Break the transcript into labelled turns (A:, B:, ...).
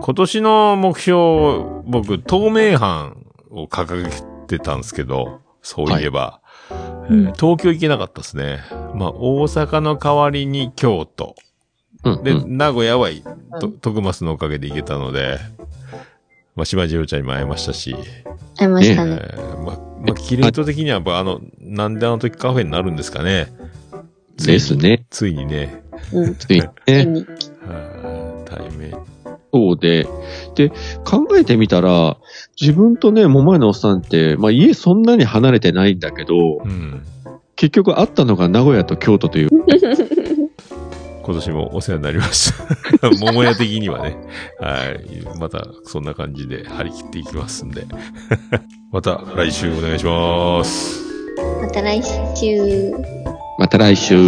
A: 今年の目標、僕、透明版を掲げてたんですけど、そういえば、えー
B: うん
A: 東京行けなかったですね。まあ、大阪の代わりに京都。
C: うん。
A: で、
C: うん
A: 名古屋は、と、徳松のおかげで行けたので、まあ、島次郎ちゃんにも会えましたし、
B: 会いました
A: え
B: ね。
A: ーまあ、まあ、キレイト的には、やっぱあの、なんであの時カフェになるんですかね。
C: ですね。
A: ついにね、
B: うん。
C: ついにね。
B: 手に。
A: はい対面。
C: そうで。で、考えてみたら、自分とね、桃屋のおっさんって、まあ家そんなに離れてないんだけど、
A: うん。
C: 結局会ったのが名古屋と京都という。
A: 今年もお世話になりました。 桃屋的にはね。はい。また、そんな感じで張り切っていきますんで。 また来週お願いします。
B: また来週。
C: また来週。